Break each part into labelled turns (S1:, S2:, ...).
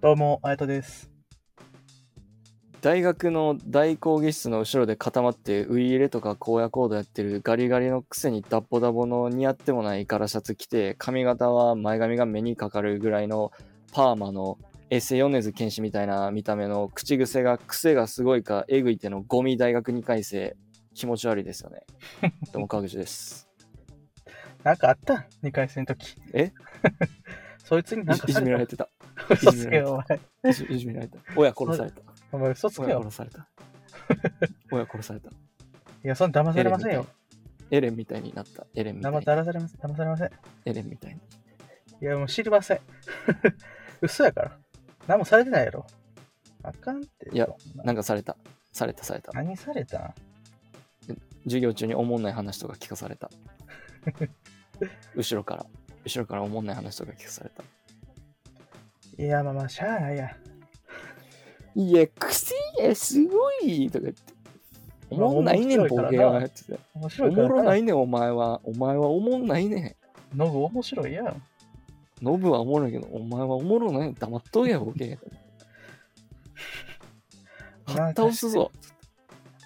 S1: どうも、あやとです。
S2: 大学の大講義室の後ろで固まってウイイレとか荒野コードやってるガリガリのくせにダッボダボの似合ってもないカラシャツ着て髪型は前髪が目にかかるぐらいのパーマのエセヨネズ剣士みたいな見た目の口癖が癖がすごいかえぐいてのゴミ大学2回生気持ち悪いです よね。どうも川口です。
S1: なんかあった ?2 回戦の時。
S2: え
S1: そいつになんか
S2: いじめられ
S1: て
S2: てた。
S1: 嘘つけよ、
S2: いじいじめられた。親殺された。
S1: お前。お前嘘つけ
S2: 親
S1: よ。
S2: 殺された。親殺された。
S1: いや、そんな騙されませんよ。
S2: エレンみたいになった。エレンみたい
S1: 騙
S2: に。
S1: されません。騙されません。
S2: エレンみたいに。
S1: いや、もう知りません。 嘘やから。何もされてないやろ。あかんって。
S2: いやなんかされた。されたされた。
S1: 何された ん
S2: 授業中におもんない話とか聞かされた。後ろから。後ろからおもんない話とか聞かされた。
S1: いや、まあまあ、しゃあないや。
S2: いや、くせえ、すごいとか言って。おもんないね
S1: ま
S2: ん、
S1: あ面白いから
S2: ボ
S1: な
S2: ケは。って言って
S1: 面白
S2: お
S1: いから
S2: も
S1: な。
S2: ろないねん、お前は。お前はおもんないね
S1: ノブ面白いやん。
S2: ん。ノブはおもろいけど、お前はおもろないねん。黙っとけよ、ボケ。
S1: まあ
S2: 倒すぞ。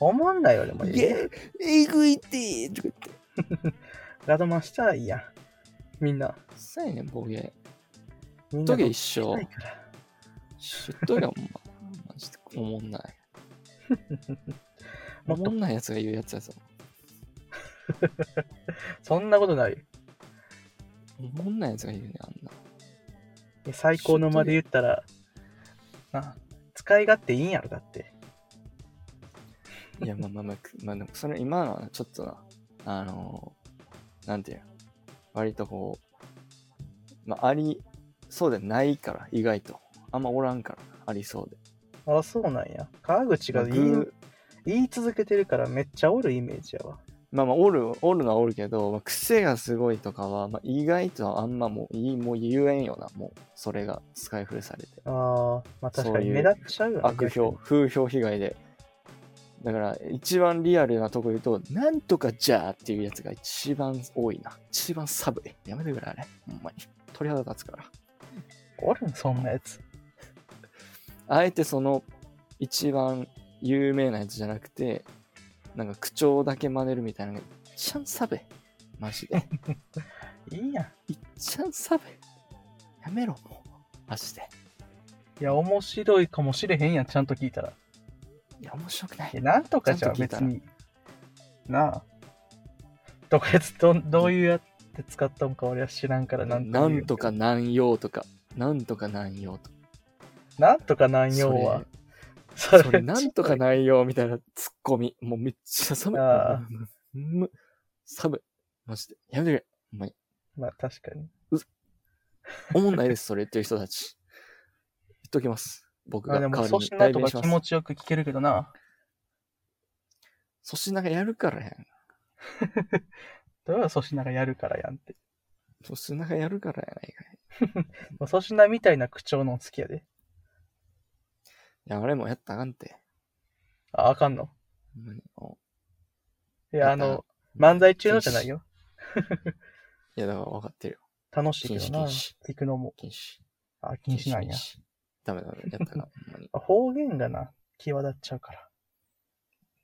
S1: おもんないよ、でもい
S2: い
S1: い
S2: や。、えぐいってとか言って。
S1: ガドマンしたらいいやん。みんな。
S2: さやねん、ボケ。
S1: みんな
S2: と
S1: と
S2: け、一
S1: 一
S2: 生
S1: 緒。。から
S2: しっとけ、お前。マジで、おもんない。
S1: も
S2: お
S1: っ
S2: も
S1: と
S2: んないやつが言うやつやぞ。
S1: そんなことないよ。
S2: おもんないやつが言うね、あんな。
S1: いや最高の間で言ったら、なあ使い勝手いいんやろ、だって。
S2: いや、まあまあまあ、く まあ、でもそれ今のはちょっとな、あのーなんていうの割とこう、まあ、ありそうでないから、意外と。あんまおらんから、ありそうで。
S1: あ、そうなんや。川口が
S2: まあ
S1: 言い
S2: ぐ
S1: 言い続けてるからめっちゃおるイメージやわ。
S2: まあまあ、おる、おるのはおるけど、まあ、癖がすごいとかは、まあ、意外とあんまもう、いい、もう言えんよな、もう、それが使い古されて。
S1: ああ、まあ確かに
S2: そうい
S1: 目
S2: う
S1: 立っちゃうよな
S2: 悪評、風評被害で。だから、一番リアルなとこ言うと、なんとかじゃーっていうやつが一番多いな。一番寒い。やめてくれ、あれ。ほんまに。鳥肌立つから。
S1: おるん、そんなやつ。
S2: あえてその、一番有名なやつじゃなくて、なんか口調だけ真似るみたいなのが、一番寒い。マジ で。
S1: いいやん。
S2: 一番寒い。やめろ、もう。マジで。
S1: いや、面白いかもしれへんやん、ちゃんと聞いたら。
S2: いや、面白くない
S1: や、
S2: い。
S1: なんとかじゃ
S2: ちゃんと聞
S1: 別
S2: いたら
S1: に。なあ。どこやつど、どういうやって使ったんか俺は知らんからなんも
S2: な
S1: 言うん
S2: とかなんようとか、なんとかなんようとか。
S1: なんとかなんようは。そ
S2: それなんとかないよみたいなツッコミ。もうめっちゃ寒い
S1: ああ。
S2: む寒い。マジで。やめてくれ。ほんまに。
S1: まあ確かに。
S2: おもんな いです、それ言ってる人たち。言っときます。僕
S1: まあ
S2: が
S1: でも、
S2: 代わり
S1: 粗
S2: に
S1: 品
S2: 代
S1: と
S2: 弁
S1: か
S2: しま
S1: 気
S2: す
S1: 持。ちよく聞けるけどな。
S2: 粗品がやるからやん。
S1: どうよ、粗品がやるからやんって。
S2: 粗品がやるからやないかい。
S1: まあ粗品みたいな口調の好きやで。
S2: いや、あれもやったらあかんて。
S1: あ、あかんの。
S2: ほんまに。お
S1: いや、あ
S2: やだ
S1: の、漫才中のじゃないよ。
S2: いや、だから分かってるよ。
S1: 楽しいけどな。
S2: 禁止
S1: 行くのも。
S2: 禁止。
S1: あ、禁止なんや。
S2: 禁止。ダメダメ。やったらあかん、ほんまに。
S1: 方言がな、際立っちゃうから。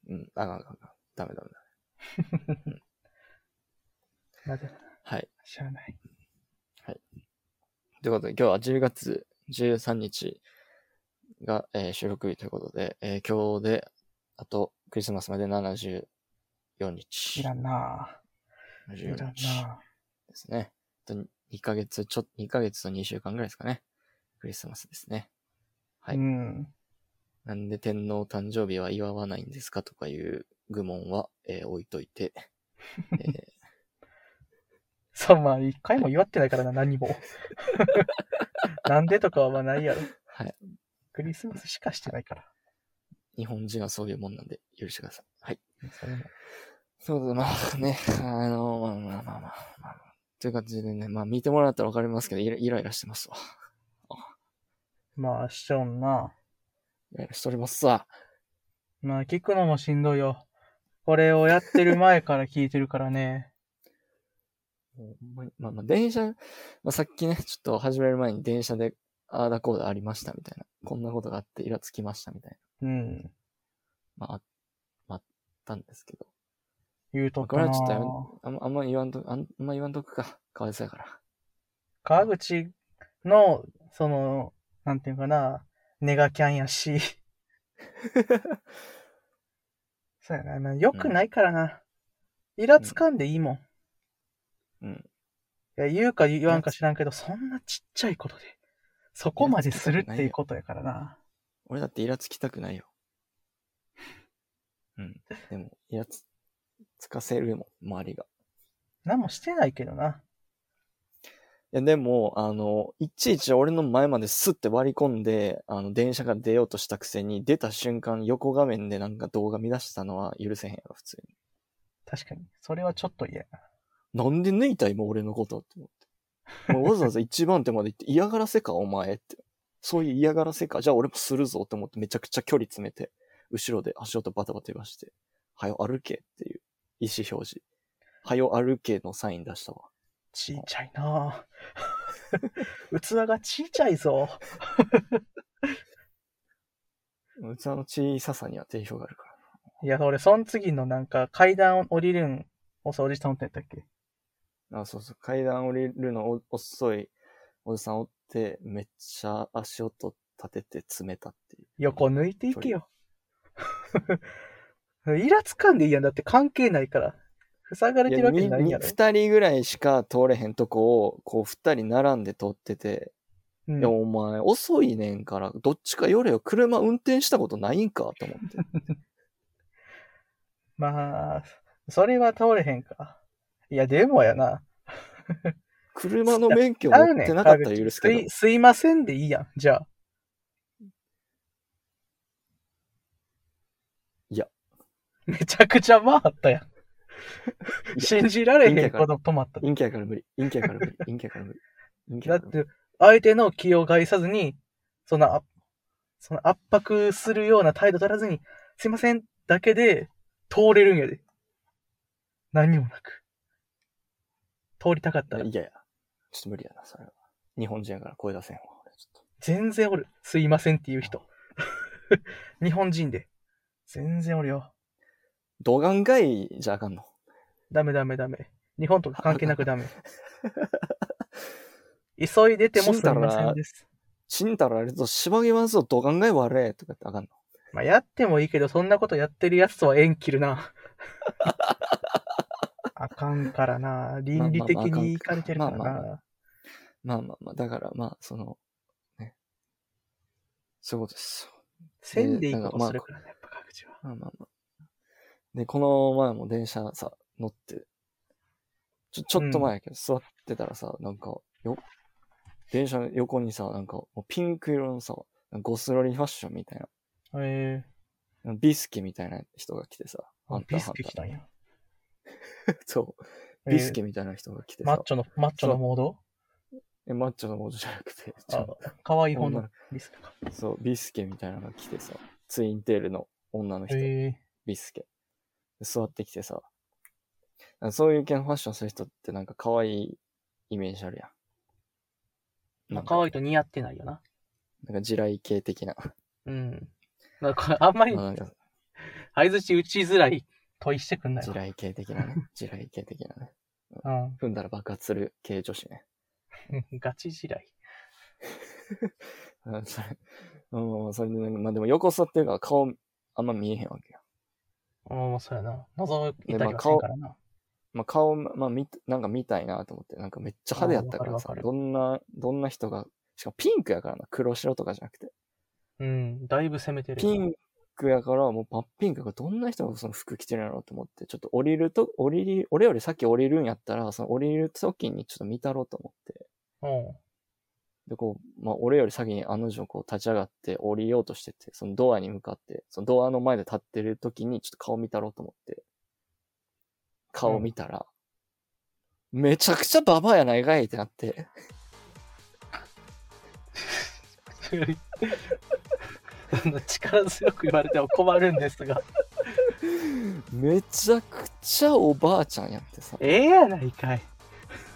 S2: うん、あかんあかんあかん。ダメダメ。
S1: まあでも、
S2: はい。
S1: しゃあない。
S2: ということで、今日は10月13日が、えー収録日ということで、えー今日で、あと、クリスマスまで74日。
S1: いらんなぁ。い
S2: 74
S1: らんな
S2: 日ですね。あと2ヶ月、ちょ、2ヶ月と2週間ぐらいですかね。クリスマスですね。
S1: ぁ。
S2: はい
S1: うん。
S2: なんで天皇誕生日は祝わないんですかとかいう愚問は、えー置いといて、えー
S1: そう、まあ、一回も祝ってないからな、何 も。なんでとかはまあないやろ。
S2: はい。
S1: クリスマスしかしてないから。
S2: 日本人はそういうもんなんで許してください。はい。
S1: それも
S2: そうだ、まあね、あの、まあまあまあまあ、まあ、という感じでね、まあ見てもらったらわかりますけど、イライライラしてますわ。
S1: まあ、しちゃうんな
S2: イライラしておりますわ。
S1: まあ、聞くのもしんどいよ。これをやってる前から聞いてるからね。
S2: もうほんまにまあまあ電車、まあさっきね、ちょっと始める前に電車でああだこうだありましたみたいな。こんなことがあってイラつきましたみたい
S1: うん。
S2: な。まあ、あまああったんですけど。
S1: 言うと
S2: こ
S1: か
S2: れ
S1: な
S2: はちょっとやめあんまあんま言わんと、あんあんま言わんとくか。かわいそうやから。
S1: 川口の、その、なんていうかな、ネガキャンやし。 そうやな、まあ、よくないからな。イラつかんでいいもん。
S2: うん
S1: いや、言うか言わんか知らんけど、そんなちっちゃいことで、そこまでするっていうことやからな。
S2: 俺だってイラつきたくないよ。うん。でも、イラつ、つかせるもん、周りが。
S1: 何もしてないけどな。
S2: いや、でも、あの、いちいち俺の前までスッて割り込んで、あの、電車から出ようとしたくせに、出た瞬間、横画面でなんか動画見出したのは許せへんやろ、普通に。
S1: 確かに。それはちょっと嫌やな。
S2: なんで抜いた今俺のことって思って。もうわざわざ一番手まで行って、嫌がらせか、お前って。そういう嫌がらせか。じゃあ俺もするぞって思って、めちゃくちゃ距離詰めて、後ろで足音バタバタ言わして、はよ歩けっていう意思表示。はよ歩けのサイン出したわ。
S1: ちいちゃいなぁ器がちいちゃいぞ。
S2: 器の小ささには定評があるから。
S1: いや、俺、その次のなんか、階段を降りるん、おさ、おじさんおったんやったっけ
S2: あ、そうそう。階段降りるのお遅いおじさんおって、めっちゃ足音立てて詰めたっていう。
S1: 横抜いていけよ。 イラつかんでいいやん。だって関係ないから。塞がれてるわけないやろ。
S2: 2人ぐらいしか通れへんとこを、こう2人並んで通ってて、
S1: うん
S2: いや、お前遅いねんから、どっちか寄れよ、車運転したことないんかと思って。
S1: まあ、それは倒れへんか。いや、でもやな。
S2: 車の免許
S1: ちゃう
S2: 持っ
S1: ね
S2: て
S1: ん
S2: なかったら許す
S1: す
S2: けど
S1: い、、すいませんでいいやん。じゃあ。
S2: いや。
S1: めちゃくちゃ回ったやん。
S2: や
S1: 信じられへ
S2: いいん
S1: ん
S2: やから
S1: ほど止まった。
S2: 陰キャやから無理、陰キャやから無理、陰キャやから無理。陰キャ
S1: だ
S2: や
S1: っ
S2: から無理
S1: て、相手の気を害さずに、そのあ、その圧迫するような態度取らずに、すいませんだけで通れるんやで。何にもなく。通りたかったら
S2: い、やいや、ちょっと無理やな、それは。日本人やから声出せんわ、俺ちょっ
S1: 全然おる。すいませんっていう人。 日本人で。全然おるよ。
S2: と。ドガンガイじゃあかんの。
S1: ダメダメダメ。日本とか関係なく ダメ。急いでてもすいませんです。
S2: 死んだらあれと、しばげますぞ、ドガンガイ割れとかってあかんの。
S1: まあ、やってもいいけど、そんなことやってるやつとは縁切る な。あかんからな。倫理的にいかれてるから
S2: まあまあ
S1: な。
S2: まあまあまあ、だからまあ、その、ね。そういうことですよ。
S1: 線でいいこ
S2: えーなんか
S1: と
S2: まあ
S1: するからね、やっぱ各地は。
S2: まあまあまあ。で、この前も電車さ、乗って、ちょ、ちょっと前やけど、座ってたらさ、なんか、よ、電車の横にさ、なんか、もうピンク色のさ、ゴスロリファッションみたい
S1: え
S2: な、ビスケみたいな人が来てさ、ハ
S1: ー
S2: ン、ター
S1: ビスケ来たんや。
S2: ハンター そう、ビスケみたいな人が来て
S1: えーマ
S2: さ
S1: ッ、チョの、マッチョのモード
S2: えマッチョのモードじゃなくて、ち
S1: あ
S2: ょ
S1: 可愛い方の
S2: 女の
S1: ビスケか。
S2: そう、ビスケみたいなのが来てさ、ツインテールの女の人。
S1: え
S2: ビスケ。で座ってきてさ、あそういう系のファッションする人ってなんか可愛いイメージあるやん。
S1: ーま
S2: な
S1: あ、
S2: ん
S1: 可
S2: か、
S1: 愛いと似合ってないよな。
S2: なんか地雷系的な。
S1: うん。なんか、あんまり
S2: まあなんか
S1: 相づち打ちづらい問いしてくんな
S2: 地
S1: よ。
S2: 雷系的なね。 地雷系的なね。
S1: うん。
S2: 踏んだら爆発する系女子ね。
S1: ガチ地雷。
S2: うんそれ、うん、それでなんか、まあでも横座ってるから顔あんま見えへんわけよ。
S1: うん、まあそうやな。覗いたりはせんからな。
S2: まあ顔、まあ見た、なんか見たいなと思って、なんかめっちゃ派手やったから
S1: あ
S2: さ
S1: わか、る
S2: ど
S1: わ
S2: んな、どんな人が、しかもピンクやからな、黒白とかじゃなくて。
S1: うん、だいぶ攻めてるよな。
S2: ピンクやから、もうパッピンクがどんな人がその服着てるんやろうと思って、ちょっと降りると、降りり、俺より先降りるんやったら、その降りる時にちょっと見たろうと思って、
S1: うん。
S2: で、こう、まあ、俺より先にあの女こう立ち上がって降りようとしてて、そのドアに向かって、そのドアの前で立ってる時にちょっと顔見たろうと思って、顔見たら、めちゃくちゃババアやないかいってなって、
S1: あの力強く言われても困るんですが。
S2: めちゃくちゃおばあちゃんやってさ、
S1: ええやないかい。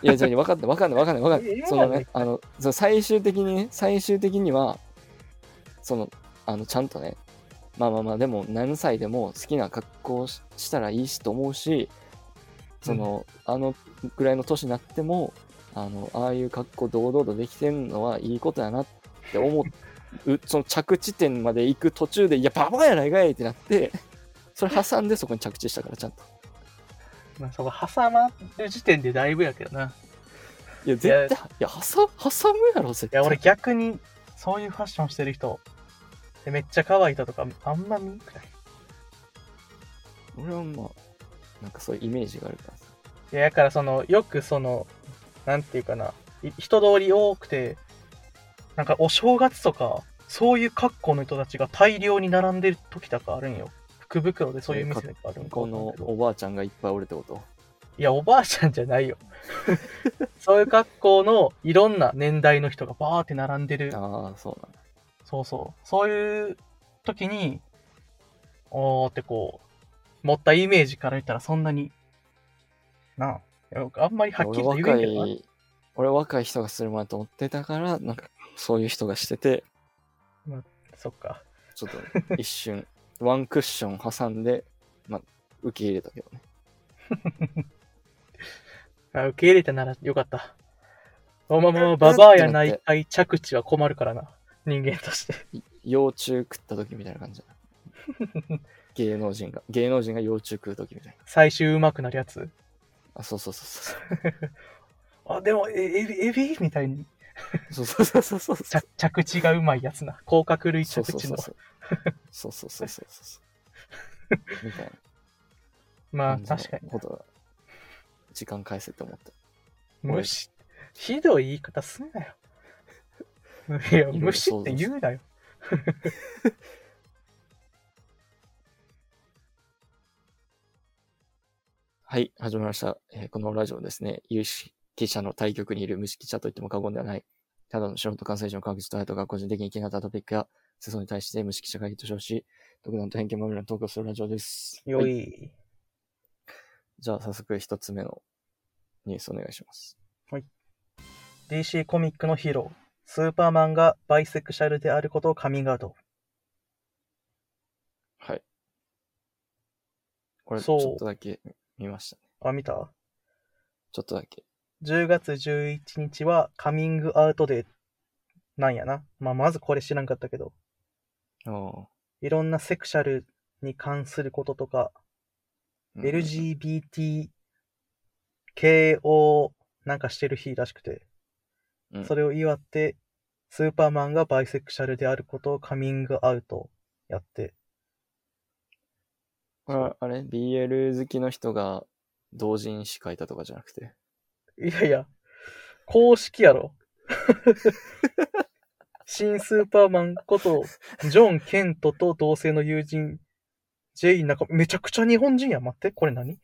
S2: いや、じゃあ、分かった、分かんない、分かんない、分かんない
S1: や。
S2: そのね、あの、その最終的にね、最終的には、その、あの、ちゃんとね、まあまあまあ、でも、何歳でも好きな格好をししたらいいしと思うし、その、あのぐらいの年になっても、あの、ああいう格好堂々とできてんのはいいことやなって思う、 その着地点まで行く途中で、いや、ババアやないかいってなって、それ挟んでそこに着地したから、ちゃんと。
S1: まあ、そこ挟まる時点でだいぶやけどな。
S2: いや、絶対、いや、挟挟むやろ、絶
S1: い
S2: 対。
S1: や、俺逆に、そういうファッションしてる人、でめっちゃ可愛い人とか、あんま見んくない。
S2: 俺はまあなんかそういうイメージがあるからさ
S1: いや、だからその、よくその、なんていうかな、い人通り多くて、なんかお正月とか、そういう格好の人たちが大量に並んでる時とかあるんよ。福袋でそういう店とかあるんか
S2: こ
S1: わかんな
S2: の
S1: いけど
S2: おばあちゃんがいっぱいおるってこと
S1: いや、おばあちゃんじゃないよ。そういう格好のいろんな年代の人がバーって並んでる。
S2: ああそうなんだ
S1: そうそう。そういう時に、おーってこう、持ったイメージから言ったらそんなに、なあ、いやあんまりはっき
S2: 俺
S1: りと言えん
S2: 若
S1: けどな。
S2: い俺若い人がするもんやと思ってたからなんかそういう人がしてて
S1: そっか。
S2: ちょっと一瞬 ワンクッション挟んでまあ受け入れたけどね
S1: あ受け入れたならよか った。おままババアやないかい着地は困るからな。人間として。
S2: い幼虫食った時みたいな感じだ な芸能人が芸能人が幼虫食う時みたいな
S1: 最終うまくなるやつ。
S2: あそうそうそうそう
S1: あ、でも、えエビ、エビみたいに
S2: そうそうそうそうそうそう
S1: 着着地がうまいやつな。甲殻類
S2: そう
S1: 着
S2: そう
S1: 地
S2: そ
S1: の
S2: う。そうそうそうそうそうそうみたいな
S1: まあ、
S2: 感じ
S1: 確かに
S2: の。ことが時間返せって思った
S1: 無視。ひどい言い方すんなよ。いや、
S2: いろいろ
S1: 無視って言うなよ。
S2: はい始まりました、えーこのラジオですね有識者の対局にいる無識者と言っても過言ではないただの素人関西人の科学と愛とか個人的に気になったトピックや世相に対して無識者会議と称し独断と偏見まみれのトークをするラジオです
S1: よ
S2: はい、
S1: い。
S2: じゃあ早速一つ目のニュースお願いします
S1: DC コミックのヒーロー、スーパーマンがバイセクシャルであることをカミングアウト。
S2: はいこれち
S1: そう
S2: ょっとだけ見ましたね
S1: あ、見た
S2: ちょっとだけ
S1: ?10 月11日はカミングアウトデーなんやな。まあ、まずこれ知らんかったけど、
S2: ああ
S1: いろんなセクシャルに関することとか、
S2: うん
S1: LGBT 系をなんかしてる日らしくて、
S2: うん
S1: それを祝って、スーパーマンがバイセクシャルであることをカミングアウトやって、
S2: これはあれ ?BL 好きの人が同人誌書いたとかじゃなくて。
S1: いやいや、公式や ろ。新スーパーマンこと、ジョン・ケントと同性の友人、ジェイ中、めちゃくちゃ日本人や。待って、これ 何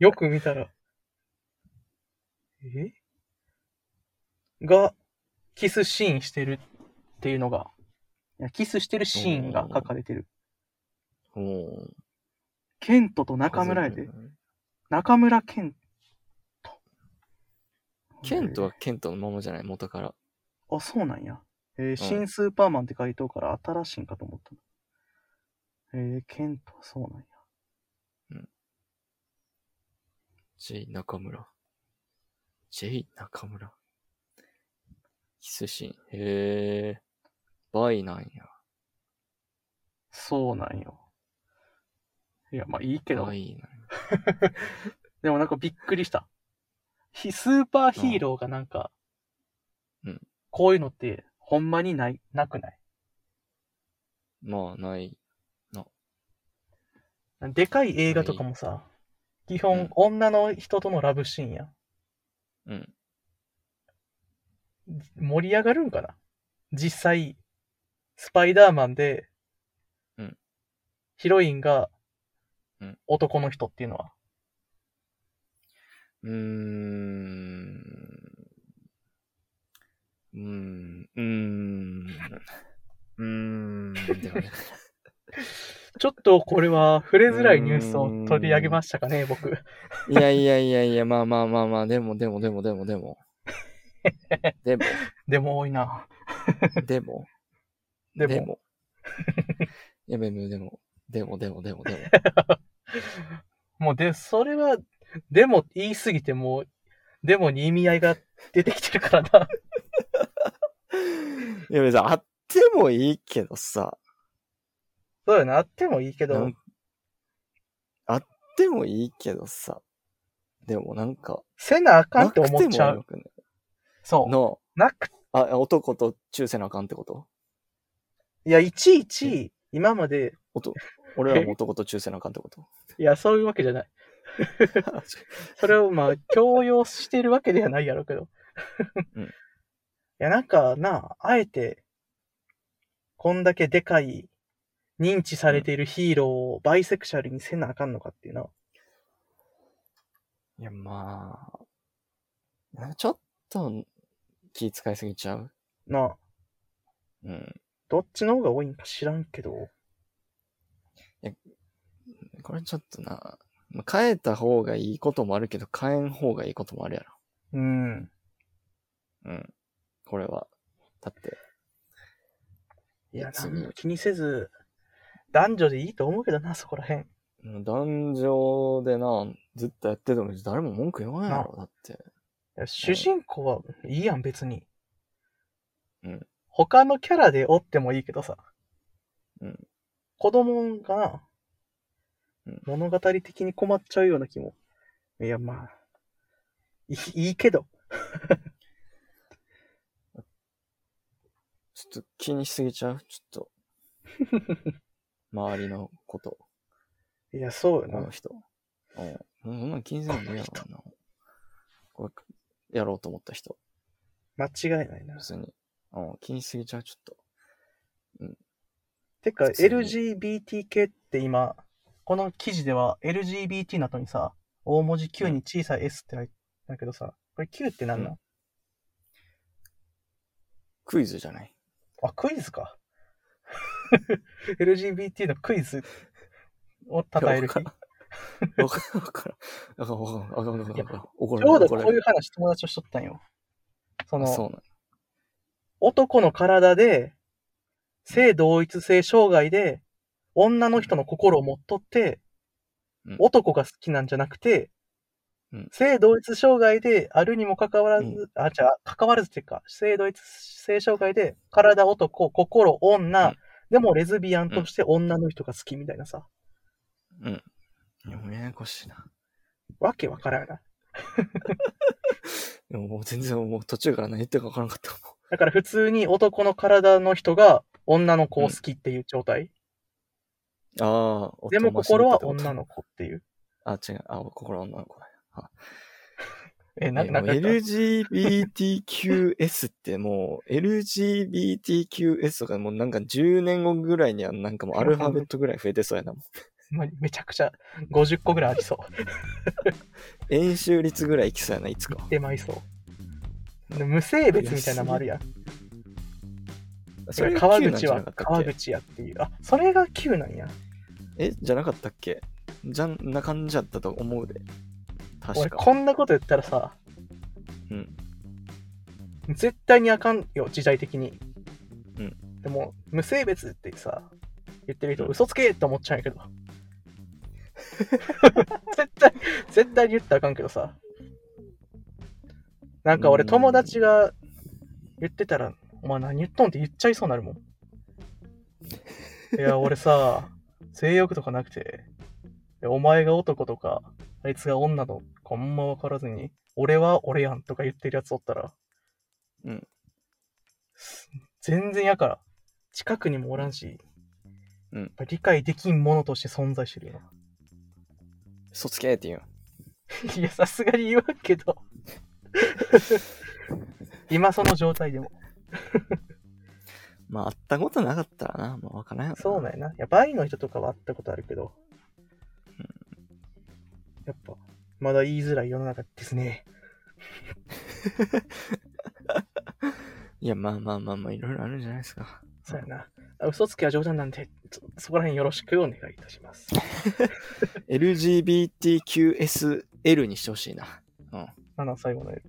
S1: よく見たら。えが、キスシーンしてるっていうのが、いやキスしてるシーンが書かれてる。
S2: もう。
S1: ケントと中村やで。。中村ケント。
S2: ケントはケントのままじゃない元から。
S1: あ、そうなんや。えー新スーパーマンって回答から新しいんかと思ったな。えー、ケントはそうなんや。
S2: J 中村。J 中村。キスシーン。へえ。バイなんや。
S1: そうなんよ。いや、まあいいけど
S2: バ。イなんや。
S1: でもなんかびっくりした。ひスーパーヒーローがなんか、
S2: うん
S1: こういうのって、ほんまにない、なくない
S2: まあ、ない。
S1: でかい映画とかもさ、基本、
S2: うん
S1: 女の人とのラブシーンやん。
S2: うん。
S1: 盛り上がるんかな実際、スパイダーマンで、
S2: うん
S1: ヒロインが
S2: うん、
S1: 男の人っていうのは。
S2: うーん。うーん。うーん。うーん。でもね
S1: ちょっとこれは触れづらいニュースを取り上げましたかね、僕。
S2: いやいやいやいや、まあまあまあまあ、でもでもでもでもでも。 でも、
S1: でも多いな。
S2: でも、
S1: でも。
S2: でも。いや、でもでも、でもでもでもでも。
S1: もうで、それは、でも言いすぎてもう、でもに意味合いが出てきてるからな。
S2: いや別にあってもいいけどさ、
S1: そうだな、あってもいいけ
S2: な
S1: ど
S2: ん、あってもいいけどさ、でもなんか、
S1: せなあかん
S2: な
S1: って
S2: く
S1: 思
S2: て
S1: っち
S2: も
S1: ゃ
S2: よ
S1: う。
S2: くない
S1: そう。
S2: の、
S1: なく、
S2: あ、男と中世なあかんってこと
S1: いや、いちいち、今まで、
S2: おと俺らも男と中世なあかんってこと
S1: いや、そういうわけじゃない。
S2: あ違う
S1: それをまあ、強要してるわけではないやろうけど。
S2: うん
S1: いや、なんかな、あえて、こんだけでかい、認知されているヒーローをバイセクシャルにせなあかんのかっていうのは。
S2: いや、まあ、なちょっと気使いすぎちゃう
S1: なあ、
S2: うん。
S1: どっちの方が多いんか知らんけど。
S2: これちょっとな、まあ変えた方がいいこともあるけど、変えん方がいいこともあるやろ。
S1: うん。
S2: うん。これは。だって、
S1: いや、
S2: 別
S1: 何
S2: に
S1: も気にせず、男女でいいと思うけどな、そこら辺。
S2: もう男女でな、ずっとやってても誰も文句言わないやろ。だって。
S1: いや主人公はいいやん、別に。
S2: うん。
S1: 他のキャラでおってもいいけどさ。
S2: うん。
S1: 子供がな、
S2: うん
S1: 物語的に困っちゃうような気も。いや、まあ、いいいいけど。
S2: ちょっと気にしすぎちゃうちょっと。 周りのこと、
S1: いや、そうよ
S2: この
S1: な。
S2: 人。うん。もうそんなん気にせんでもいいやろな。これ、やろうと思った人。
S1: 間違いないな。
S2: 別に。うん。気にしすぎちゃうちょっと。
S1: てか、
S2: 普通に
S1: LGBT 系って今、この記事では LGBT の後にさ、大文字 Q に小さい S って入ったけどさ、これ Q って何なの、
S2: クイズじ ゃない。
S1: あ、クイズか。LGBT のクイズを称える日。
S2: いやわからんわからん。わからんわからんわからんわからんわからん。怒ら
S1: ちょう
S2: れ
S1: どこう
S2: る。怒られ
S1: いう
S2: る。
S1: 話友達としとったんよ。その、
S2: あそうなの。
S1: 男の体で、性同一性障害で、女の人の心を持っとって、
S2: うん
S1: 男が好きなんじゃなくて、
S2: うん
S1: 性同一障害であるにもかかわらず、
S2: う
S1: あ、じゃあ、かかわらずっていうか、性同一性障害で、体男、心女、
S2: うん
S1: でもレズビアンとして女の人が好きみたいなさ、
S2: うん。いや、もうややこしいな。
S1: わけわからんよな。
S2: でももう全然もう途中から何言ってるか分からなかったもん。
S1: だから普通に男の体の人が女の子を好きっていう状態。
S2: ああ、
S1: でも心は
S2: の
S1: 女の子っていう。
S2: あ、違う。あ、心は女の子だ。
S1: え、な、
S2: え
S1: なん
S2: も
S1: か
S2: う
S1: 言った
S2: LGBTQS ってもう、LGBTQS とかもうなんか10年後ぐらいにはなんかもうアルファベットぐらい増えてそうやなもん。
S1: まめちゃくちゃ50個ぐらいありそう。
S2: 演習率ぐらいいきそうやな、い つか。
S1: 出まいそう。で無性別みたいなのもあるやん。
S2: それ
S1: 川
S2: 9なん
S1: 口
S2: じゃ
S1: は
S2: なかったっ
S1: 川
S2: け
S1: 口やっていう。あ、それが Q なんや。
S2: え、じゃなかったっけじゃんな感じやったと思うで。確
S1: 俺
S2: か。
S1: こんなこと言ったらさ、
S2: うん。
S1: 絶対にあかんよ、時代的に。
S2: うん
S1: でも、無性別ってさ、言ってる人、
S2: うん
S1: 嘘つけって思っちゃうんやけど。 絶対、絶対に言ったらあかんけどさ。なんか俺、
S2: うん
S1: 友達が言ってたら、お前何言っとんって言っちゃいそうになるもん。いや、俺さ、性欲とかなくて、いやお前が男とか、あいつが女の子あんま分からずに、俺は俺やんとか言ってるやつおったら、
S2: うん。
S1: 全然やから、近くにもおらんし、
S2: うん
S1: やっぱ理解できんものとして存在してるよな。
S2: 嘘つけって言う。
S1: いや、さすがに言わんけ ど。今その状態でも。
S2: まあ、会ったことなかったらな、まあ、わからんよな
S1: そうなんやな。いや、バイの人とかは会ったことあるけど。やっぱ、まだ言いづらい世の中ですね。
S2: いや、まあまあまあまあ、いろいろあるんじゃないですか。
S1: そうやな。あ嘘つきは冗談なんで、そそこら辺よろしくお願いいたします。
S2: LGBTQS L にしてほしいな。うん。
S1: なんなん最後の L。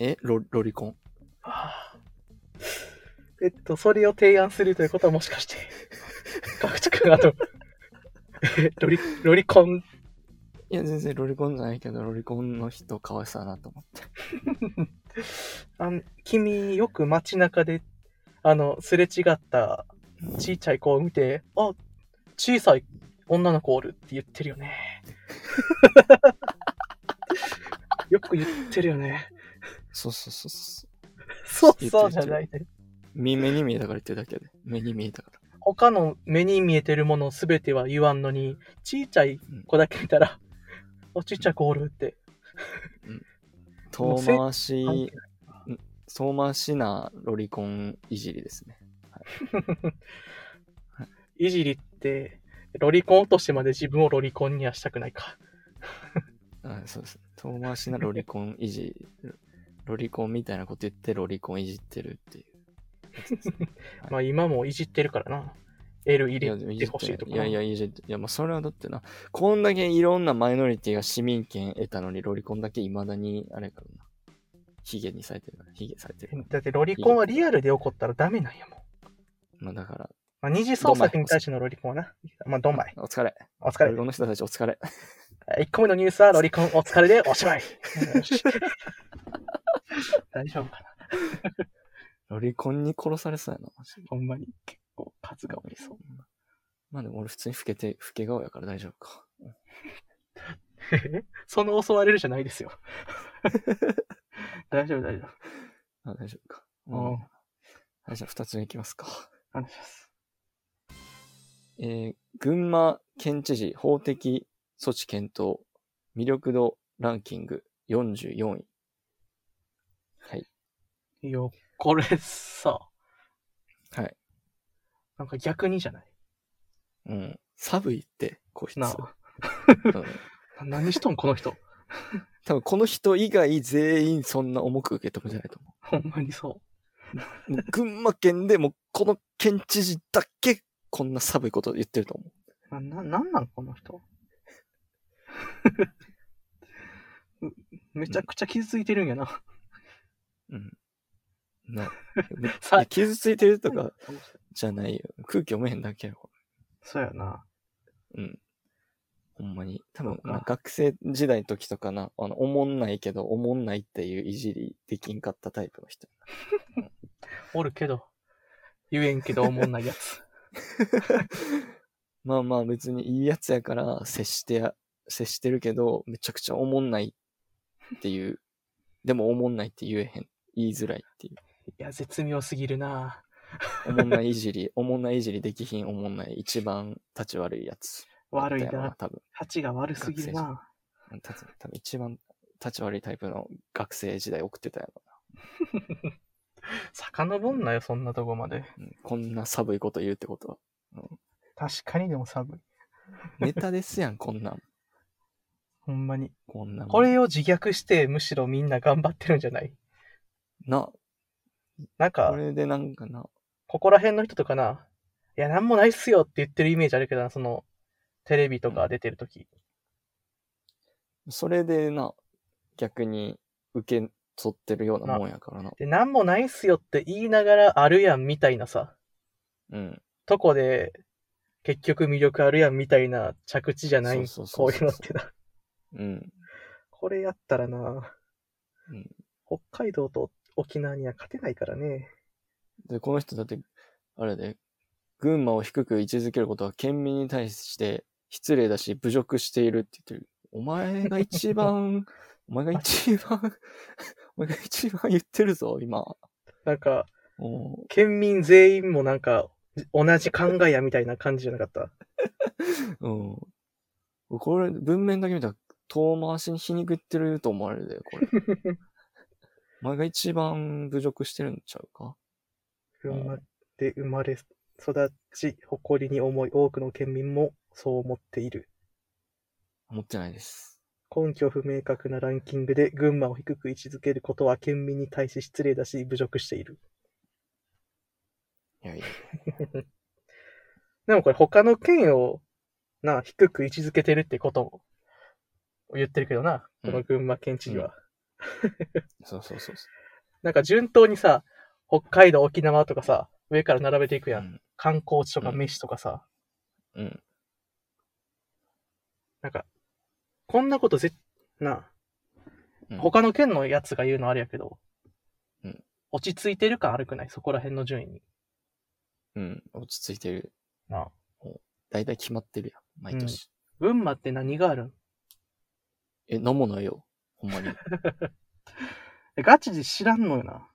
S2: えロロリコン。
S1: はあえっと、それを提案するということはもしか して、角地君、あの、え ロリ、ロリコン、
S2: いや、全然ロリコンじゃないけど、ロリコンの人かわいそうだなと思って。
S1: あの君、よく街中で、あの、すれ違ったちっちゃい子を見て、あ、小さい女の子おるって言ってるよ ね。よく言ってるよね。
S2: そうそうそうそう。
S1: そうそうじゃないね。
S2: 目目に見えたから言ってるだけで。目に見えたから。
S1: 他の目に見えてるものすべては言わんのに、ちいちゃい子だけ見たら、おちっちゃい子おるって。もう
S2: 遠
S1: せ
S2: 回し、遠回しなロリコンいじりですね。
S1: いじりって、ロリコン落としてまで自分をロリコンにはしたくないか。
S2: あそうです。遠回しなロリコン いじり。ロリコンみたいなこと言ってロリコンいじってるっていう。
S1: まあ今もいじってるからな。L 入れてほしいとか
S2: いやいや、いじって。いや、まあ、それはだってな、こんだけいろんなマイノリティが市民権得たのに、ロリコンだけ未だに、あれからな、ヒゲにされてるから、ヒゲされてるから。
S1: だってロリコンはリアルで起こったらダメなんやもん。
S2: まあ、だから、
S1: まあ、二次創作に対してのロリコンはな。まあ、ドンマイ。
S2: お疲れ。
S1: お疲
S2: ロ
S1: れ
S2: リ。コンの人たちお疲れ。
S1: 1個目のニュースはロリコンお疲れでおしまい。 大丈夫かな
S2: ロリコンに殺されそうやな、マジで
S1: ほんまに結構数がおりそう。
S2: まあでも俺普通に老けて、老け顔やから大丈夫か。
S1: その襲われるじゃないですよ。 大丈夫、大丈
S2: あ、大丈夫か。
S1: 夫。うん。
S2: はい、じゃあ二つ目いきますか。
S1: お願いします。
S2: えー、群馬県知事法的措置検討魅力度ランキング44位。はい。
S1: いや、これさ、
S2: はい。
S1: なんか逆にじゃない
S2: うん。寒いって、こいつ。
S1: な
S2: うん
S1: あ、何しとんこの人。
S2: 多分この人以外全員そんな重く受け止めてないと思
S1: ほんまにそう。
S2: う。もう群馬県でもうこの県知事だけこんな寒いこと言ってると思う。
S1: な、な、なんなんこの人。うめちゃくちゃ傷ついてるんやな。
S2: うん。ない
S1: さ
S2: や傷ついてるとかじゃないよ。空気読めへんだけやろ。
S1: そうやな。
S2: うん。ほんまに。多分
S1: そ、うか
S2: まあ学生時代の時とかな、あの、おもんないけど、おもんないっていういじりできんかったタイプの人。
S1: おるけど、言えんけどおもんないやつ。
S2: まあまあ別にいいやつやから接してや、接してるけど、めちゃくちゃおもんないっていう、 でもおもんないって言えへん。言いづらいっていう。
S1: いや、絶妙すぎるな。
S2: おもんないいじり、 おもんないいじりできひん、おもんない一番立ち悪いやつ。
S1: 悪い
S2: だよな
S1: な。
S2: 多分。
S1: 価値が悪すぎるな。
S2: た多分一番立ち悪いタイプの学生時代送ってたやろ。
S1: 遡んなよ、そんなとこまで。
S2: うんこんな寒いこと言うってことは。
S1: 確かにでも寒い。
S2: ネタですやん、こんなん。
S1: ほんまに。
S2: こんなもん
S1: これを自虐して、むしろみんな頑張ってるんじゃない
S2: な、
S1: なん
S2: こ
S1: か、
S2: れでなんかな、
S1: ここら辺の人とかな、いや、なんもないっすよって言ってるイメージあるけどな、その、テレビとか出てるとき。
S2: それでな、逆に受け取ってるようなもんやからな。
S1: で、なんもないっすよって言いながらあるやんみたいなさ、
S2: うん。
S1: とこで、結局魅力あるやんみたいな着地じゃない
S2: そうそ
S1: こ
S2: う
S1: う
S2: そう
S1: い
S2: そうう
S1: のってな。
S2: うん。
S1: これやったらな、
S2: うん
S1: 北海道と沖縄には勝てないからね。
S2: で、この人だって、あれで、群馬を低く位置づけることは県民に対して失礼だし、侮辱しているって言ってる。お前が 一番、お前が一番、お前が一番言ってるぞ、今。
S1: なんか、
S2: おう
S1: 県民全員もなんか、同じ考えやみたいな感じじゃなかった。
S2: うん。これ、文面だけ見たら、遠回しに皮肉ってると思われるで、これ。 お前が一番侮辱してるんちゃうか
S1: 群馬で生まれ育ち、誇りに思い、多くの県民もそう思っている。
S2: 思ってないです。
S1: 根拠不明確なランキングで群馬を低く位置づけることは県民に対し失礼だし侮辱している。
S2: いやいや。
S1: でもこれ他の県をな、低く位置づけてるってこと言ってるけどな、
S2: うん
S1: この群馬県知事は。
S2: そうそうそうそ
S1: なんか順当にさ、北海道、沖縄とかさ、上から並べていく
S2: う。
S1: やん。観光地とか飯とかさ、
S2: うん。うん。
S1: なんか、こんなことぜ、な、
S2: うん
S1: 他の県のやつが言うのあれやけど、
S2: うん
S1: 落ち着いてる感あるくないそこら辺の順位に。
S2: うん。落ち着いてる。
S1: なあ
S2: 大体決まってるやん。毎年。
S1: 群馬って何があるん
S2: え、飲むのよ。ほんまに。
S1: えガチで知らんのよな。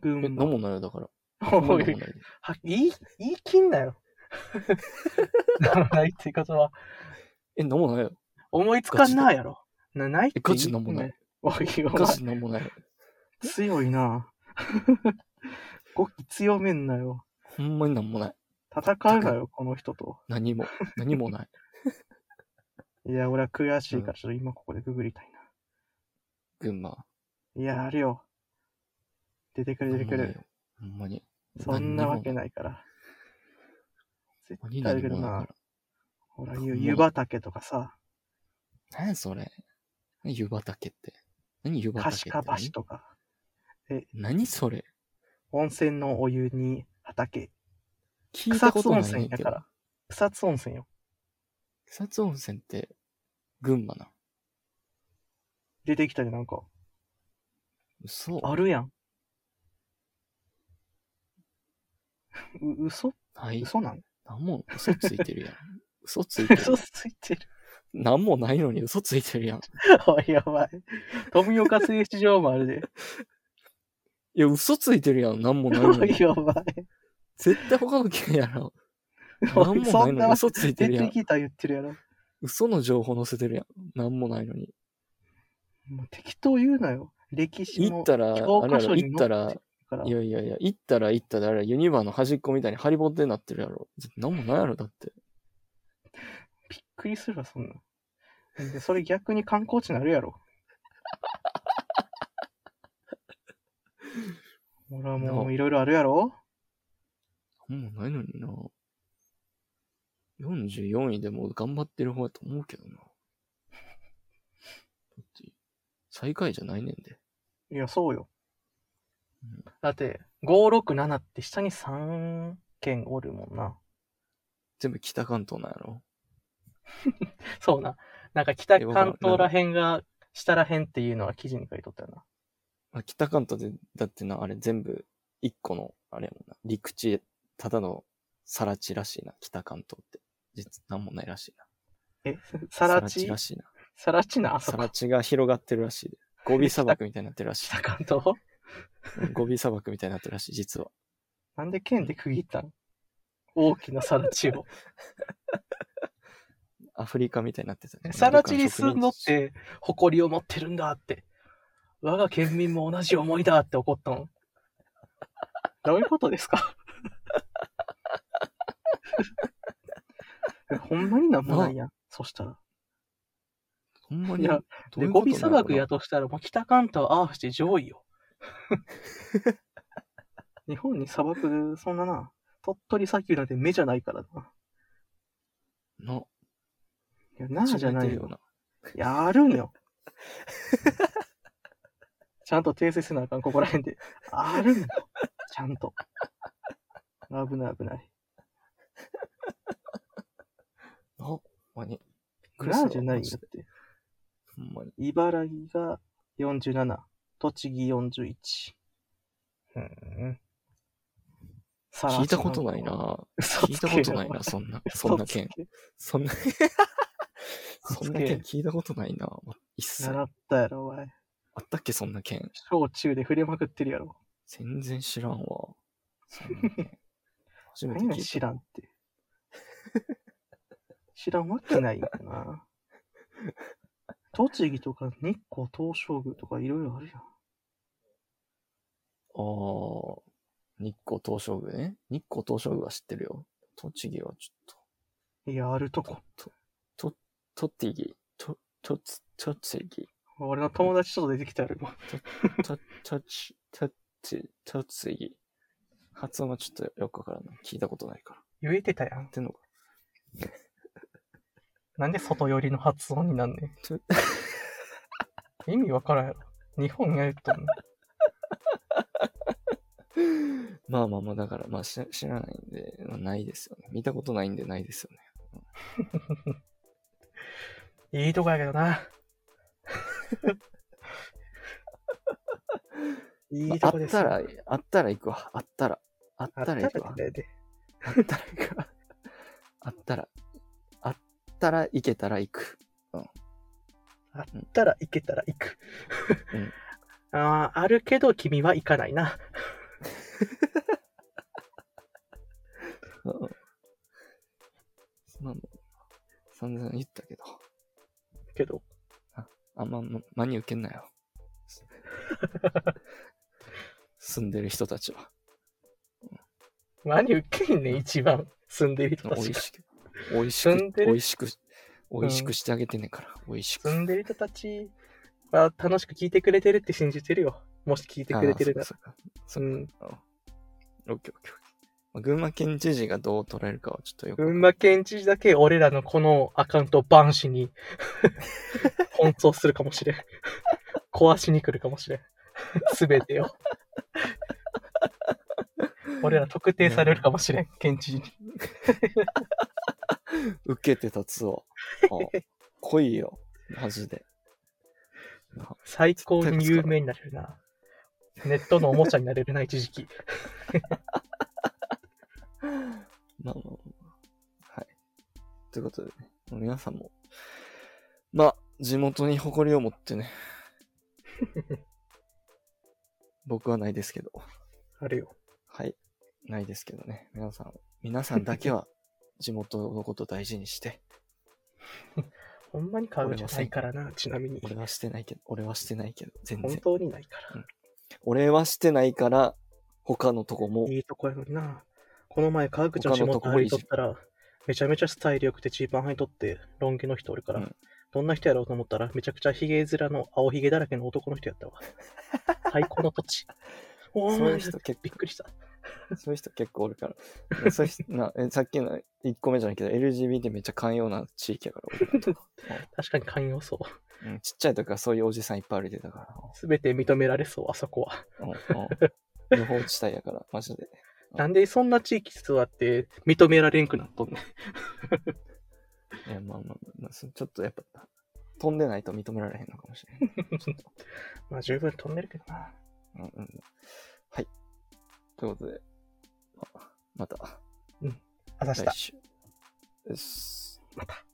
S1: 群
S2: え、飲
S1: 馬。
S2: むのよ、だから。
S1: お
S2: 飲む
S1: い
S2: のよ
S1: は言い、言い切んな よ。なないって言い方は、
S2: え、飲むのよ。
S1: 思いつかんなやろ。なないって言い切ん
S2: ガチのもない。
S1: おいお
S2: ガ
S1: 前
S2: チ飲むのよ。
S1: 強いな。 語気強めんなよ。
S2: ほんまになんもない。
S1: 戦うなよ、この人と。
S2: 何も。何もない。
S1: いや、俺は悔しいから、ちょっと今ここでググりたい
S2: 群馬。
S1: な。いや、あるよ。出てくる、出てく
S2: なんもない
S1: る。
S2: よほんまに。
S1: そんなわけないから。絶
S2: 鬼
S1: 対あるけ
S2: 何
S1: ど
S2: もない
S1: な
S2: か。
S1: ほら、
S2: ほん
S1: ゆ
S2: ま
S1: 湯畑とかさ、
S2: ら。何それ。何湯畑って。何湯
S1: カ
S2: 畑っ
S1: シ
S2: て
S1: カ橋
S2: 何。
S1: とか、
S2: 何それ。
S1: 温泉のお湯に畑。
S2: 聞いた
S1: 草
S2: こ
S1: 津
S2: とな
S1: 温
S2: いね
S1: 泉
S2: んけ
S1: だ
S2: ど
S1: から。草津温泉よ。
S2: 草津温泉って、群馬な。
S1: 出てきたでなんか、
S2: 嘘。
S1: あるやん。う、嘘
S2: ない。
S1: 嘘 なん
S2: 何も嘘ついてるやん。嘘ついてる。
S1: 嘘ついてる。
S2: 何もないのに嘘ついてるやん。
S1: おい、やばい。富岡製糸場もあるで。
S2: いや、嘘ついてるやん。何もないの
S1: お
S2: に
S1: い、。やばい。
S2: 絶対他の県やろ。
S1: お
S2: 何
S1: い
S2: も
S1: そ
S2: ない
S1: ん
S2: の
S1: な
S2: に嘘ついて
S1: 出
S2: るや
S1: て
S2: ん。
S1: きた言ってるやろ。
S2: 嘘の情報載せてるやん。何もないのに。
S1: もう適当言うなよ。歴史
S2: 行
S1: も
S2: っ。たら、あれ
S1: 教科
S2: や
S1: 書
S2: ろ、
S1: に
S2: 行った
S1: 載
S2: ら
S1: っ、から
S2: いやいやいや、行ったら行ったで、あれ、ユニバーの端っこみたいにハリボテになってるやろ。何もないやろ、だって。
S1: びっくりするわ、そんな。でそれ逆に観光地になる やろ。ほら、もういろいろあるやろ
S2: 何もないのにな。44位でも頑張ってる方やと思うけどな。 だって、最下位じゃないねんで。
S1: いや、そうよ
S2: うん。
S1: だって、567って下に3軒おるもんな。
S2: 全部北関東なんやろ。
S1: そうな。なんか北
S2: えわからん
S1: 関東らへんが下らへんっていうのは記事に書いとったよな。
S2: まあ、北関東で、だってな、あれ全部、一個の、あれやもんな、陸地、ただの、さら地らしいな、北関東って。実、なんもないらしいな。
S1: え、さら
S2: 更地
S1: ち
S2: らしいな。
S1: さらちな、あそ
S2: さ
S1: こ
S2: ら。地が広がってるら しいで。ゴビ砂漠みたいになってるらしい
S1: 北関東
S2: うん。ゴビ砂漠みたいになってるらしい、実は。
S1: なんで県で区切ったの大きなさらちを。
S2: アフリカみたいになってたね。
S1: さらちに住んどって、誇りを持ってるんだって。我が県民も同じ思いだって怒ったの。どういうことですか えほんまになんもないやん。そしたら。
S2: ほんま
S1: い
S2: に。
S1: や
S2: ど、うい
S1: で、
S2: うこ
S1: ゴ
S2: と
S1: ビ
S2: な
S1: 砂
S2: んやろな
S1: 漠やとしたら、もう北関東はアーフして上位 よ。日本に砂漠、そんなな、鳥取砂丘なんて目じゃないからな。
S2: の、
S1: いや、なあじゃないよ。
S2: な。
S1: やるんよ。 ちゃんと訂正せなあかん、ここら辺で。あるんよ。ちゃんと。危ない危ない。
S2: な、ほんまに。
S1: なあじゃないよ
S2: マジ
S1: だ
S2: で
S1: って。
S2: ほんまに。
S1: 茨城が47、栃木41。うん。さ
S2: 聞いたことない。な。
S1: 嘘
S2: 聞い
S1: つけ
S2: た
S1: よ
S2: ことないな、そ んな。そんな件。。
S1: 嘘つ
S2: そんな、
S1: 嘘
S2: そ
S1: つ
S2: ん
S1: け
S2: な件聞いたことないな。一
S1: け
S2: 切。
S1: 習
S2: あ
S1: ったやろ、お前。
S2: ったっけ、そんな件。
S1: 小中で触れまくってるやろ。
S2: 全然知らんわ。そんな件 初めて
S1: 何が
S2: 聞
S1: 知
S2: いた。
S1: らんって。知らんわけないよな。栃木とか日光東照宮とかいろいろあるやん。
S2: あー、日光東照宮ね。日光東照宮は知ってるよ。栃木はちょっ
S1: いや、あるとこ。
S2: と、と、とってぎ、と、とつ、とつぎ。
S1: 俺の友達ちょっと出てきたやろ、今。
S2: と、とち、とち、とつぎ。発音はちょっとよくわからない。聞いたことないから。
S1: 言えてたやん
S2: っ。てんのか。
S1: なんで外寄りの発音になんねん。意味わからんやろ。日本やると思う。
S2: まあまあまあ、だから、まあ知ら知らないんで、まあないですよね。見たことないんでないですよね。
S1: いいとこやけど な。いい
S2: ま
S1: と
S2: あ
S1: こ
S2: あっ
S1: です
S2: た
S1: よ。
S2: ら、あったら行くわ。あったら。あっ
S1: あったた
S2: ら
S1: ら
S2: 行くわ。
S1: でで
S2: あったら行くわ。あったら。あったら行けたら行く。
S1: あったら行けたら行く。
S2: うん
S1: ああ、あるけど君は行かないな。
S2: うんうんまあまあ、散々言ったけど。
S1: けど、
S2: あんま、ま、真に受けん なよ。住んでる人たちは。
S1: 何受けんねん、一番。住んでる人た
S2: 美
S1: ち
S2: 味
S1: が。
S2: しく、美味し
S1: 住ん
S2: く、
S1: でる
S2: 美味しく、美味し
S1: う
S2: く
S1: ん
S2: してあげてんねんから。美味しく。
S1: 住んでる人たちは楽しく聞いてくれてるって信じてるよ。もし聞いてくれてるなら
S2: ああ。そうか
S1: う
S2: そうか
S1: ん。
S2: オッケーオッケーオッケーまあ群馬県知事がどう捉えるかはちょっとよくわか
S1: 群
S2: んない。
S1: 馬県知事だけ俺らのこのアカウントをバンしに奔走するかもしれん。壊しに来るかもしれん。すべてを。俺ら特定されるかもしれん、県知事に。
S2: 受けて立つわ。あ 来いよ。マジで。
S1: 最高に有名になれるな。ネットのおもちゃになれるな、一時 期。
S2: まあまあまあまあ。はい。ということでね、もう皆さんも、まあ、地元に誇りを持っ てね。僕はないですけど。
S1: あるよ。
S2: はい。ないですけどね。皆さん、皆さんだ けは地元のことを大事にして、
S1: ほんまに買うじゃないからな、ちなみに。
S2: 俺はしてないけど、俺はしてないけど、全
S1: 本
S2: 然。
S1: 当にないから。
S2: 俺はしてないから、他のとこも、
S1: いいとこやのにな。この前、川口の地元入りとったら、めちゃめちゃスタイル良くてチーパン履いとって、ロン毛の人おるから、
S2: うん
S1: どんな人やろうと思ったら、めちゃくちゃヒゲ面の青ヒゲだらけの男の人や ったわ。最高の土地。お
S2: そういう
S1: ー
S2: 人結
S1: びっくりした。
S2: 構、そういう人結構おるから。そういう人なえさっきの1個目じゃないけど、LGBT めっちゃ寛容な地域やから、俺らとか
S1: 確かに寛容 そう。
S2: うんちっちゃい時からそういうおじさんいっぱい歩いてたから。
S1: すべて認められそう、あそこは。
S2: うんうん無法地帯やから、マジで。
S1: なんでそんな地域座って認められんくなっとんねん。
S2: いや、まあまあまあまあ、そちょっとやっぱ、飛んでないと認められへんのかもしれない。
S1: まあ十分飛んでるけどな。
S2: うんうんうんはい。ということで、ままた
S1: あざした
S2: 来。週です。
S1: また。